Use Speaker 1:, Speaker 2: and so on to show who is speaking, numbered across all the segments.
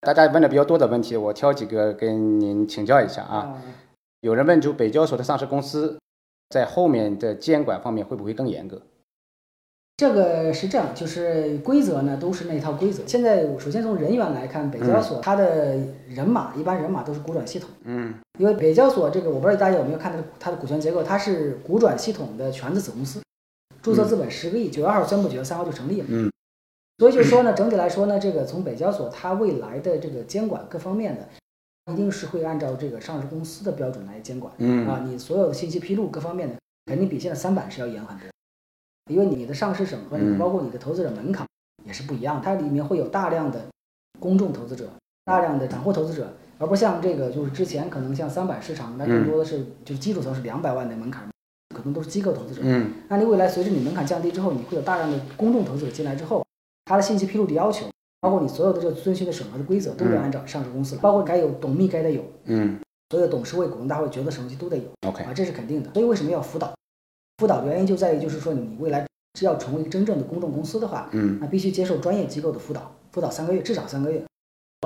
Speaker 1: 大家问的比较多的问题，我挑几个跟您请教一下啊。
Speaker 2: 嗯
Speaker 1: 有人问，就北交所的上市公司在后面的监管方面会不会更严格？
Speaker 2: 这个是这样，就是规则呢都是那套规则。现在我首先从人员来看，北交所它的人马、一般人马都是股转系统，
Speaker 1: 嗯
Speaker 2: 因为北交所这个我不知道大家有没有看它的它的股权结构，它是股转系统的全资子公司，注册资本十个亿，九月二号宣布，九月三号就成立了。
Speaker 1: 嗯，
Speaker 2: 所以就是说呢，整体来说呢，这个从北交所它未来的这个监管各方面的，一定是会按照这个上市公司的标准来监管。
Speaker 1: 嗯
Speaker 2: 啊，你所有的信息披露各方面的，肯定比现在三板是要严很多，因为你的上市审核，
Speaker 1: 嗯
Speaker 2: 你包括你的投资者门槛也是不一样的，它里面会有大量的公众投资者，大量的散户投资者，而不像这个就是之前可能像三板市场，那
Speaker 1: 嗯
Speaker 2: 更多的是就是基础层是两百万的门槛，可能都是机构投资者。
Speaker 1: 嗯
Speaker 2: 那你未来随着你门槛降低之后，你会有大量的公众投资者进来之后，他的信息披露的要求，包括你所有的这个遵循的审核的规则，都得按照上市公司来，包括该有董秘该得有，
Speaker 1: 嗯
Speaker 2: 所有董事会、股东大会、决策审计都得有。
Speaker 1: ，OK，
Speaker 2: 啊，这是肯定的。所以为什么要辅导？辅导的原因就在于，就是说你未来是要成为真正的公众公司的话，
Speaker 1: 嗯
Speaker 2: 那必须接受专业机构的辅导，辅导三个月，至少三个月。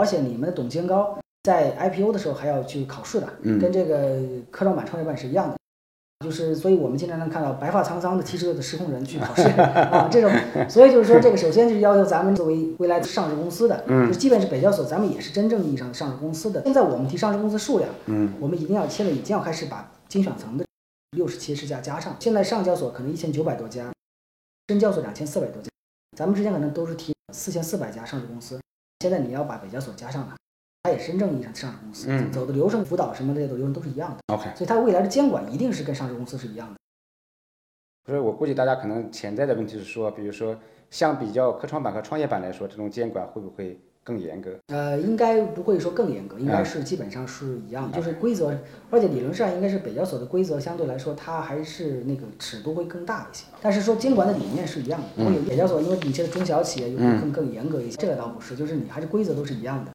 Speaker 2: 而且你们的董监高在 IPO 的时候还要去考试的，
Speaker 1: 嗯
Speaker 2: 跟这个科创板、创业板是一样的。就是，所以我们经常能看到白发苍苍的七十岁的失控人去 考试啊，这种，所以就是说，这个首先就是要求咱们作为未来上市公司的，
Speaker 1: 嗯
Speaker 2: 就即便是北交所，咱们也是真正意义上的上市公司的。现在我们提上市公司数量，
Speaker 1: 嗯
Speaker 2: 我们一定要现在已经要开始把精选层的六十七十家加上，现在上交所可能一千九百多家，深交所两千四百多家，咱们之前可能都是提四千四百家上市公司，现在你要把北交所加上来，它也真正意义上的上市公司，
Speaker 1: 嗯
Speaker 2: 走的流程、辅导什么这些的流程都是一样的，
Speaker 1: ，OK。
Speaker 2: 所以它未来的监管一定是跟上市公司是一样的。
Speaker 1: 所以我估计大家可能潜在的问题是说，比如说相比较科创板和创业板来说，这种监管会不会更严格？
Speaker 2: 呃，应该不会说更严格，应该
Speaker 1: 嗯
Speaker 2: 是基本上是一样的，就是规则，而且理论上应该是北交所的规则相对来说，它还是那个尺度会更大一些，但是说监管的理念是一样的。会有北交所，因为你现在中小企业有可能更更严格一些，这个倒不是，就是你还是规则都是一样的，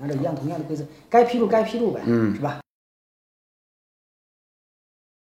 Speaker 2: 按照一样同样的规则，该披露该披露呗，
Speaker 1: 嗯
Speaker 2: 是吧？